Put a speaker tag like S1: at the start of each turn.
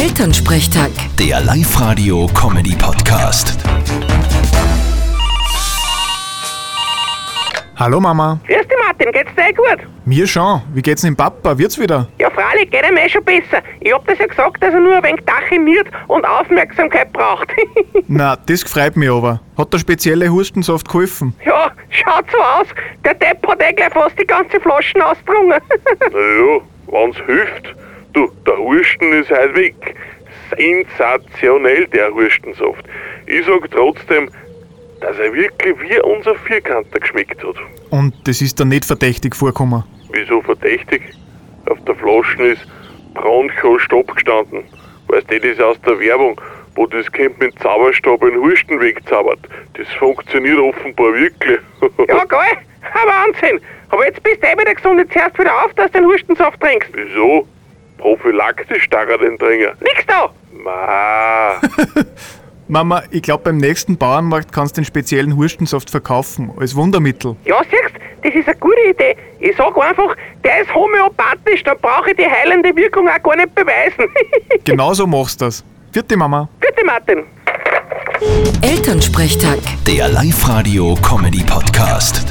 S1: Elternsprechtag.
S2: Der Live-Radio-Comedy-Podcast.
S3: Hallo Mama,
S4: Grüß dich, Martin, geht's dir eh gut?
S3: mir schon. Wie geht's dem Papa? Wird's wieder?
S4: Ja, freilich, geht ihm eh schon besser. Ich hab das ja gesagt, dass er nur ein wenig tachiniert und Aufmerksamkeit braucht.
S3: Na, das freut mich aber. Hat der spezielle Hustensaft geholfen?
S4: ja, schaut so aus. Der Depp hat eh gleich fast die ganze Flaschen ausdrungen.
S5: Naja, wenn's hilft. Du, der Husten ist heute weg. Sensationell, der Hustensaft. Ich sag trotzdem, dass er wirklich wie unser Vierkanter geschmeckt hat.
S3: Und das ist dann nicht verdächtig vorgekommen.
S5: Wieso verdächtig? Auf der Flasche ist Broncho Stopp gestanden. Weißt du, das ist aus der Werbung, wo das Kind mit Zauberstab einen Husten wegzaubert. Das funktioniert offenbar wirklich.
S4: ja, geil, ein Wahnsinn. Aber jetzt bist du eh wieder gesund, jetzt hörst wieder auf, dass du den Hustensaft trinkst.
S5: Wieso? Prophylaktisch da den Dringer.
S4: Nix da.
S5: Ma.
S3: Mama, ich glaube beim nächsten Bauernmarkt kannst du den speziellen Hustensaft verkaufen, als Wundermittel.
S4: Ja, siehst, das ist eine gute Idee. Ich sag einfach, der ist homöopathisch, dann brauche ich die heilende Wirkung auch gar nicht beweisen.
S3: Genauso machst du das. Vierte Mama.
S4: Bitte, Martin.
S1: Elternsprechtag.
S2: Der Live-Radio-Comedy-Podcast.